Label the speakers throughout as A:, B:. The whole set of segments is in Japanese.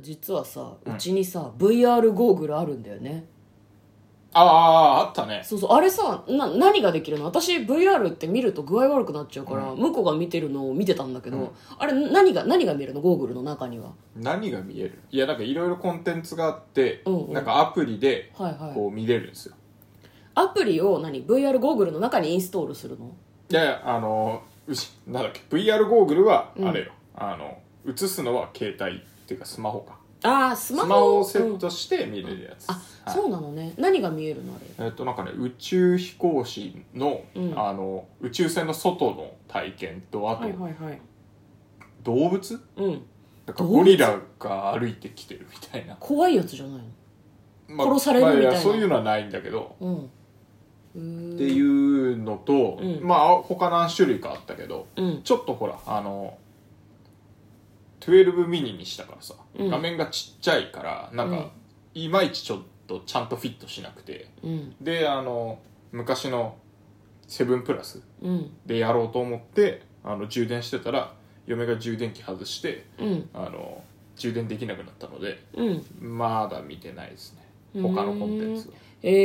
A: 実はさ
B: うん
A: うちにさ、VR ゴーグルあるんだよね
B: あああったね
A: そうそうあれさな何ができるの私 VR って見ると具合悪くなっちゃうから、
B: う
A: 向こうが見てるのを見てたんだけど、
B: うん
A: あれ何が何が見えるのゴーグルの中には
B: 何が見えるいやなんかいろいろコンテンツがあって、
A: うんうん
B: なんかアプリで
A: はいはい
B: こう見れるんですよ、
A: アプリを何 VR ゴーグルの中にインストールするの
B: い、やいやあのうしなんだっけ VR ゴーグルは
A: うん
B: あれよ、あの映すのは携帯っていうかスマホか
A: ああス
B: スマ
A: マホ
B: ホをセッ
A: うん
B: トして見れるやつ、
A: あ、
B: はい
A: そうなのね何が見えるのあれ
B: えっとなんかね宇宙飛行士の,、
A: うん
B: あの宇宙船の外の体験とあと、
A: はいはいはい
B: 動物
A: うん
B: なんかゴリラが歩いてきてるみたいな、
A: 怖いやつじゃない
B: ま
A: 殺されるみたいな
B: まあやそういうのはないんだけど、
A: のうん
B: って
A: う
B: いうのと、
A: うん
B: まあ他何種類かあったけど
A: ーんうん
B: ちょっとほらあの12ミニにしたからさ、
A: うん
B: 画面がちっちゃいからなんか、
A: うん
B: いまいちちょっとちゃんとフィットしなくて
A: うん
B: であの昔の7プラス
A: うん
B: でやろうと思ってあの充電してたら嫁が充電器外して
A: うん
B: あの充電できなくなったので
A: うん
B: まだ見てないですね他のコンテンツは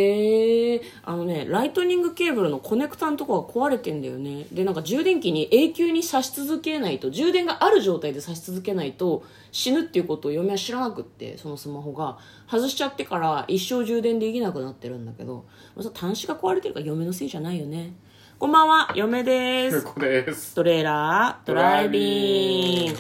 A: えー、あのねライトニングケーブルのコネクタのとこが壊れてんだよねでなんか充電器に永久に差し続けないと充電がある状態で差し続けないと死ぬっていうことを嫁は知らなくってそのスマホが外しちゃってから一生充電できなくなってるんだけどまあその端子が壊れてるから嫁のせいじゃないよねこんばんは嫁です
B: これです
A: トレーラードライビング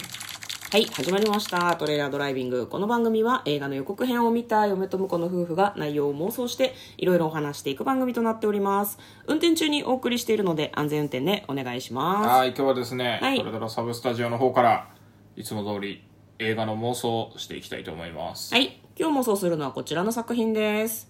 A: はい、始まりました。トレーラードライビング。この番組は映画の予告編を見た嫁と婿の夫婦が内容を妄想していろいろお話していく番組となっております。運転中にお送りしているので安全運転でお願いします。
B: はい今日はですね、
A: はい
B: トレドラサブスタジオの方からいつも通り映画の妄想をしていきたいと思います、
A: はい、今日妄想するのはこちらの作品です。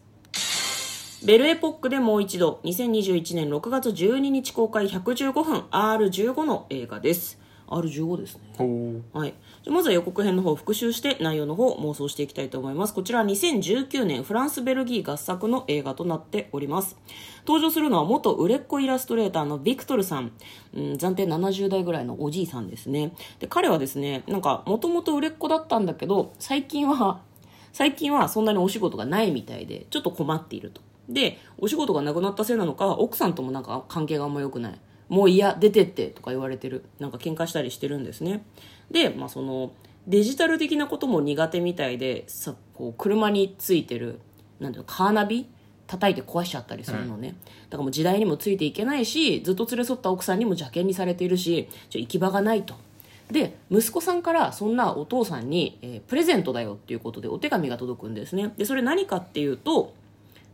A: ベルエポックでもう一度、2021年6月12日公開115分 R15 の映画です。R15 ですね。
B: ほ
A: はい、じゃあまずは予告編の方を復習して内容の方を妄想していきたいと思いますこちらは2019年フランス・ベルギー合作の映画となっております登場するのは元売れっ子イラストレーターのビクトルさん、うん、暫定70代ぐらいのおじいさんですねで彼はですねなんかもともと売れっ子だったんだけど最近は最近はそんなにお仕事がないみたいでちょっと困っているとでお仕事がなくなったせいなのか奥さんともなんか関係があんま良くないもういや出てってとか言われてるなんか喧嘩したりしてるんですねで、まあ、そのデジタル的なことも苦手みたいでさこう車についてるなんていうのカーナビ叩いて壊しちゃったりするのね、だからもう時代にもついていけないしずっと連れ添った奥さんにも邪険にされているしちょ行き場がないとで息子さんからそんなお父さんに、えープレゼントだよっていうことでお手紙が届くんですねでそれ何かっていうと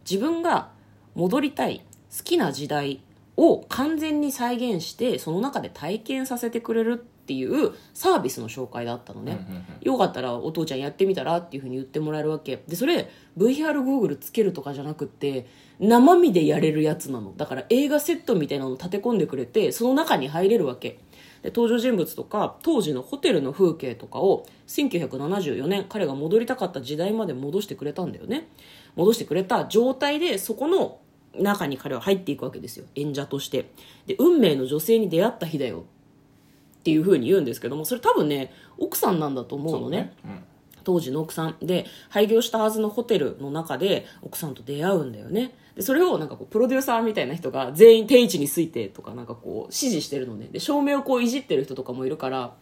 A: 自分が戻りたい好きな時代を完全に再現してその中で体験させてくれるっていうサービスの紹介だったの
B: う
A: ね、
B: うんうんうん
A: よかったらお父ちゃんやってみたらっていうふうに言ってもらえるわけでそれ VR ゴーグルつけるとかじゃなくって生身でやれるやつなのだから映画セットみたいなのを立て込んでくれてその中に入れるわけで登場人物とか当時のホテルの風景とかを1974年彼が戻りたかった時代まで戻してくれたんだよね戻してくれた状態でそこの中に彼は入っていくわけですよ演者としてで運命の女性に出会った日だよっていうふうに言うんですけどもそれ多分ね奥さんなんだと思うのね
B: そうね、
A: 当時の奥さんで廃業したはずのホテルの中で奥さんと出会うんだよねでそれをなんかこうプロデューサーみたいな人が全員定位置についてとかなんかこう指示してるのねで照明をこういじってる人とかもいるから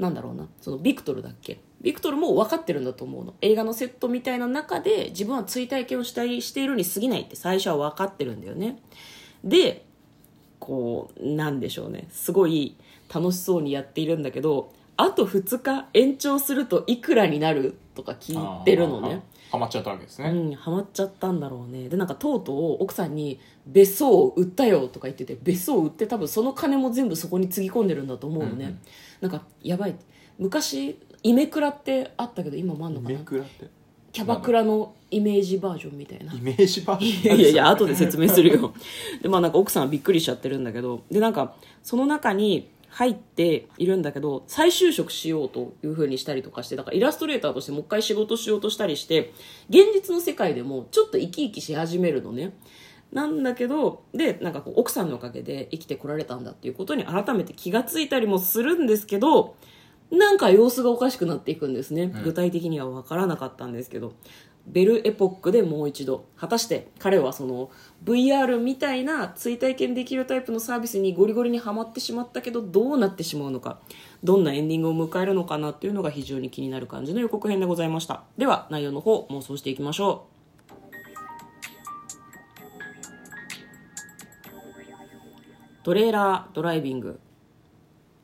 A: なんだろうなそのビクトルだっけビクトルも分かってるんだと思うの映画のセットみたいな中で自分は追体験をしたりしているに過ぎないって最初は分かってるんだよねでこうなんでしょうねすごい楽しそうにやっているんだけどあと2日延長するといくらになるとか聞
B: うん
A: いてるのね
B: あーハマっちゃったわけですね、
A: うん、ハマっちゃったんだろうねでなんかとうとう奥さんに「別荘を売ったよ」とか言ってて別荘を売って多分その金も全部そこにつぎ込んでるんだと思うのね、
B: うんうん
A: なんかやばい昔イメクラってあったけど今もあんのか
B: イ
A: な
B: メクラって
A: キャバクラのイメージバージョンみたいな
B: イメージバージ
A: い
B: ョ
A: や
B: ン
A: いやいや後で説明するよ でまあなんか奥さんはびっくりしちゃってるんだけどでなんかその中に入っているんだけど再就職しようというふうにしたりとかしてだからイラストレーターとしてもう一回仕事しようとしたりして現実の世界でもちょっと生き生きし始めるのねなんだけどでなんかこう奥さんのおかげで生きてこられたんだっていうことに改めて気がついたりもするんですけどなんか様子がおかしくなっていくんですね、
B: ん
A: 具体的には分からなかったんですけどベルエポックでもう一度果たして彼はその VR みたいな追体験できるタイプのサービスにゴリゴリにはまってしまったけどどうなってしまうのかどんなエンディングを迎えるのかなっていうのが非常に気になる感じの予告編でございましたでは内容の方妄想していきましょうトレーラードライビング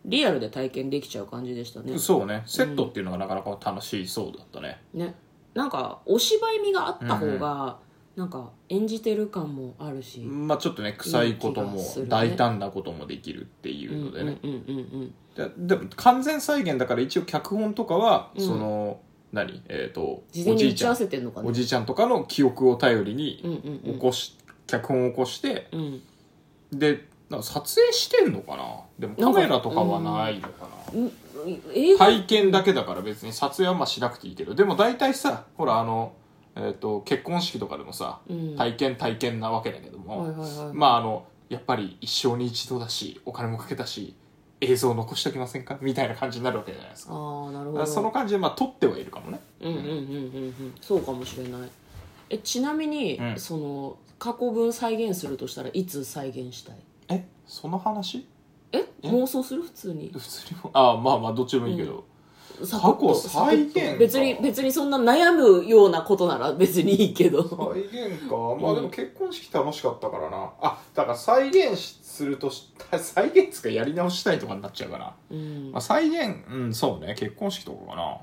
A: リアルで体験できちゃう感じでしたね
B: そうねセットっていうのがなかなか楽しいそうだったね、
A: ねなんかお芝居味があった方が、なんか演じてる感もあるし、
B: まあちょっとね臭いこと
A: いい
B: も
A: 気がするね
B: 大胆なこともできるっていうのでね、
A: うんうんうんうん
B: ででも完全再現だから一応脚本とかは、その何えっ、と
A: 事
B: お
A: 前に
B: じい
A: 打
B: ち
A: ち
B: ゃ
A: 合
B: ん
A: わせてんのかな
B: おじいちゃんとかの記憶を頼り
A: うん
B: に
A: うん
B: 起こし、脚本を起こして
A: うんうん
B: でなんか撮影してんのかなでもカメラとかはないのかな
A: 映画、
B: 体験だけだから別に撮影はまあしなくていいけどでも大体さほらあの、えー、と結婚式とかでもさ、
A: うん
B: 体験体験なわけだけども、
A: はいはいはい
B: まああのやっぱり一生に一度だしお金もかけたし映像残しておきませんかみたいな感じになるわけじゃないですか
A: ああなるほ
B: だか
A: ど
B: らその感じでまあ撮ってはいるかもね
A: うんうんうんうんうんそうかもしれないえちなみに、
B: うん
A: その過去分再現するとしたらいつ再現したい
B: えその話
A: え
B: え
A: 妄想する普通に
B: 普通にもああまあまあどっちでもいいけど、
A: サクッと
B: 過去再現か
A: サクッと別に別にそんな悩むようなことなら別にいいけど
B: 再現かまあでも結婚式楽しかったからな、あだから再現しするとし 再現っつうかやり直したいとかになっちゃうから
A: うん
B: まあ、再現うんそうね結婚式とかかな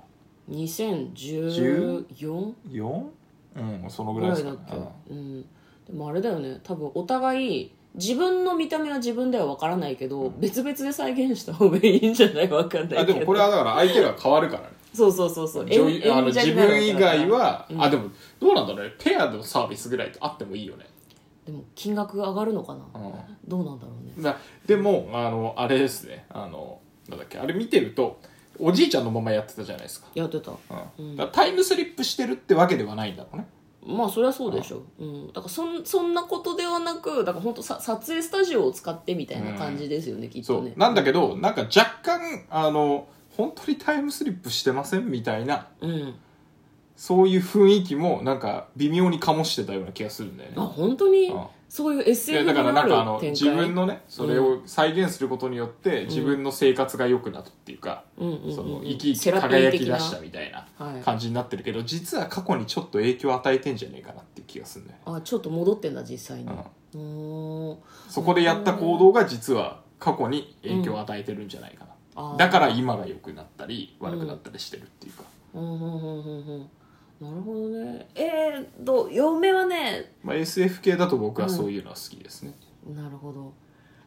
A: 2014?
B: 4? うんそのぐ
A: ぐ
B: らい
A: ら
B: で
A: い
B: す
A: だ
B: か
A: っ
B: ね
A: け、うん、でもあれだよね多分お互い自分の見た目は自分では分からないけど、別々で再現した方がいいんじゃない分かんないけ
B: うん
A: ど
B: あでもこれはだから相手が変わるからね
A: そうそうそうそう
B: 女優
A: 演
B: あの
A: 演者
B: 自
A: になるわ
B: 分
A: け
B: 以
A: だから
B: 外は、
A: うん
B: あでもどうなんだろうねペアのサービスぐらいってあってもいいよね、
A: でも金額が上がるのかな、
B: う
A: どうなんだろうね
B: ん、だでもあのあれですねあのなんだっけあれ見てるとおじいちゃんのままやってたじゃないですか,、
A: やってた
B: うん
A: うん
B: だからタイムスリップしてるってわけではないんだろうね
A: まあそりゃそうでしょ、うん、だからそんそんなことではなくだから本当さ撮影スタジオを使ってみたいな感じですよね、きっ
B: そ
A: と
B: う
A: ね
B: なんだけどなんか若干あの本当にタイムスリップしてませんみたいな
A: うん
B: そういう雰囲気もなんか微妙に醸してたような気がするんだよね
A: あ本当に
B: うん
A: そういう
B: いや
A: SF
B: だから
A: の
B: な
A: あ
B: ん
A: る
B: かあの
A: 展開
B: 自分のねそれを再現することによって自分の生活が良くなるっていうか、
A: うんうんうんうん
B: その生き生き
A: セラピー
B: 輝
A: 的
B: き
A: な
B: 出したみたいな
A: はい
B: 感じになってるけど、実は過去にちょっと影響を与えてんじゃねえかなっていう気がするんだよね、
A: あちょっと戻ってんだ実際に
B: う
A: うーん
B: ん、そこでやった行動が実は過去に影響を与えてるんじゃないかな、
A: あー
B: だから今が良くなったり悪くなったりしてるっていうか、
A: うんうんうんうんうんなるほどねえー、どう嫁はね
B: まあ、SF 系だと僕はそういうのは好きですね、
A: なるほど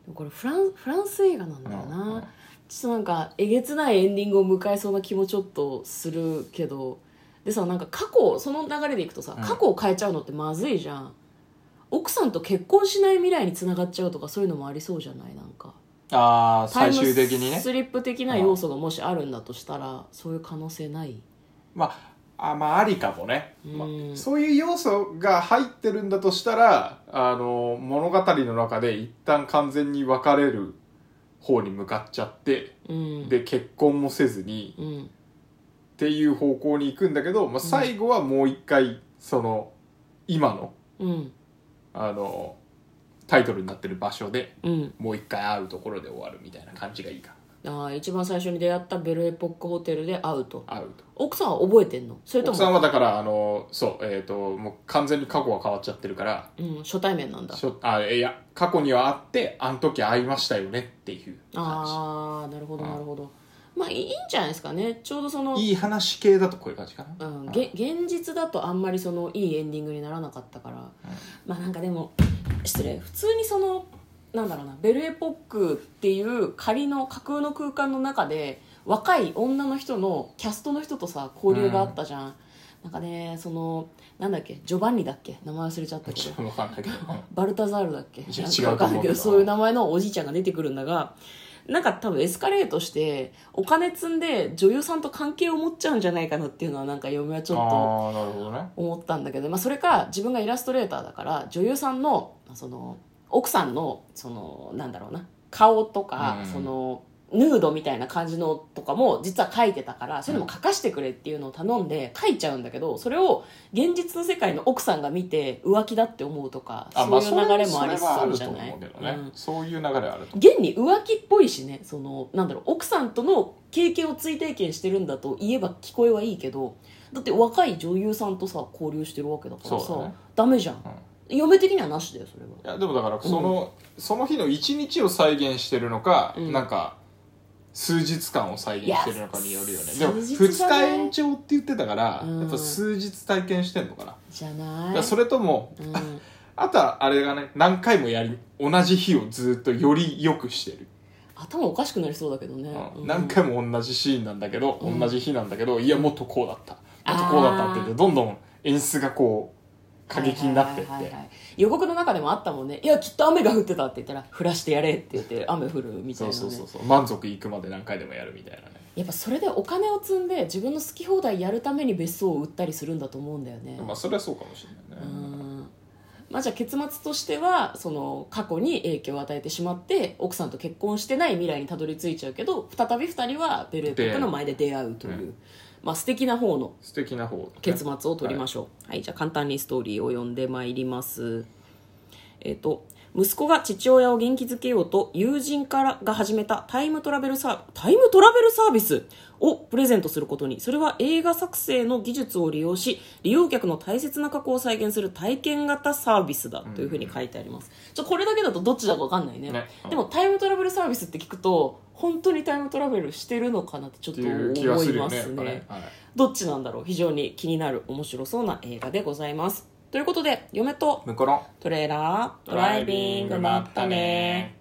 A: でもこれフランフランス映画なんだよな、
B: うんうん
A: ちょっとなんかえげつないエンディングを迎えそうな気もちょっとするけどでさなんか過去その流れでいくとさ、
B: うん
A: 過去を変えちゃうのってまずいじゃん奥さんと結婚しない未来につながっちゃうとかそういうのもありそうじゃないなんか
B: ああ
A: タイ
B: 最
A: ム
B: 終的にね
A: スリップ的な要素がもしあるんだとしたらそういう可能性ない
B: まあ、あまあありかもね、まあ
A: うん
B: そういう要素が入ってるんだとしたらあの物語の中で一旦完全に分かれる方に向かっちゃって
A: うん
B: で結婚もせずに
A: うん
B: っていう方向に行くんだけど、まあ、最後はもう一回その今の
A: うん
B: あのタイトルになってる場所で
A: うん
B: もう一回会うところで終わるみたいな感じがいいか
A: あー一番最初に出会ったベルエポックホテルで会うと
B: な会うと。
A: 奥さんは覚えてんのそれと
B: 奥さん
A: も、
B: はだからあのそうえっ、ともう完全に過去が変わっちゃってるから
A: うん、初対面なんだ
B: しょあいや過去にはあってあの時会いましたよねっていう感
A: ああなるほど
B: うん
A: なるほどまあいいいいんじゃないですかねちょうどその
B: じいい話系だとこういう感じか
A: う
B: な、
A: ん、げ現実だとあんまりそのいいエンディングにならなかったから、まあなんかでも失礼普通にそのなんだろうなベルエポックっていう仮の架空の空間の中で若い女の人のキャストの人とさ交流があったじゃん、なんかねそのなんだっけジョバンニだっけ名前忘れちゃったけ
B: ち
A: ど
B: ょっと分かんないけど
A: バルタザールだっけ
B: いや
A: なん
B: 違
A: か
B: うと思う
A: わかんないけ
B: けど
A: どそういう名前のおじいちゃんが出てくるんだがなんか多分エスカレートしてお金積んで女優さんと関係を持っちゃうんじゃないかなっていうのはなんか嫁は ちょっと
B: ああなるほどね
A: 思ったんだけど、まあ、それか自分がイラストレーターだから女優さんのその奥さんのそのなんだろうな顔とか、
B: うん
A: そのヌードみたいな感じのとかも実は書いてたからそういうのも書かしてくれっていうのを頼んで書いちゃうんだけどそれを現実の世界の奥さんが見て浮気だって思うとかそういう流れもありそうじゃない、
B: それはあると思うけどね、
A: うん
B: そういう流れはあると思う
A: 現に浮気っぽいしねそのなんだろう奥さんとの経験を追体験してるんだと言えば聞こえはいいけどだって若い女優さんとさ交流してるわけだからさ
B: そうだね
A: ダメじゃん、嫁的にはなしだよそれはい
B: やでもだからその,、その日の一日を再現してるのか、
A: うん
B: なんか数日間を再現してるのかによるよね
A: い
B: で
A: や
B: も
A: 数
B: 2
A: 日だね
B: 日延長って言ってたから、
A: うん
B: やっぱ数日体験してんのかな、だ
A: じゃな
B: から
A: い
B: それとも
A: うん、
B: あとはあれがね何回もやり同じ日をずっとより良くしてる、
A: 頭おかしくなりそうだけどね、
B: うん
A: うん
B: 何回も同じシーンなんだけど、
A: うん
B: 同じ日なんだけどいやもっとこうだったもっとこうだったって言ってどんどん演出がこう過激になってって、
A: はいはいはいはい予告の中でもあったもんね「いやきっと雨が降ってた」って言ったら「降らしてやれ」って言って雨降るみたい
B: そ
A: な、
B: う
A: ね、
B: そうそうそう満足いくまで何回でもやるみたいなね
A: やっぱそれでお金を積んで自分の好き放題やるために別荘を売ったりするんだと思うんだよね、
B: まあそれはそうかもしれな
A: う
B: いね、
A: んまあ、じゃあ結末としてはその過去に影響を与えてしまって奥さんと結婚してない未来にたどり着いちゃうけど再び2人はベレートックの前で出会うという、
B: 出会ううん
A: まあ素敵な方の
B: 素敵な方、
A: 結末を取りましょう、はいじゃあ簡単にストーリーを読んでまいりますえっ、と息子が父親を元気づけようと友人からが始めたタイムトラベルサータイムトラベルサービスをプレゼントすることにそれは映画作成の技術を利用し利用客の大切な過去を再現する体験型サービスだというふうに書いてあります、ちょこれだけだとどっちだか分かんないね
B: ね
A: でもタイムトラベルサービスって聞くと本当にタイムトラベルしてるのかなってちょっ
B: っ
A: と
B: ていう気が
A: 思
B: す
A: い
B: るよ
A: ま
B: ね
A: す
B: やっぱ
A: ね
B: ね、はい
A: どっちなんだろう非常に気になる面白そうな映画でございますということで嫁と
B: 向こうの
A: トレーラード
B: ド
A: ライビングまったね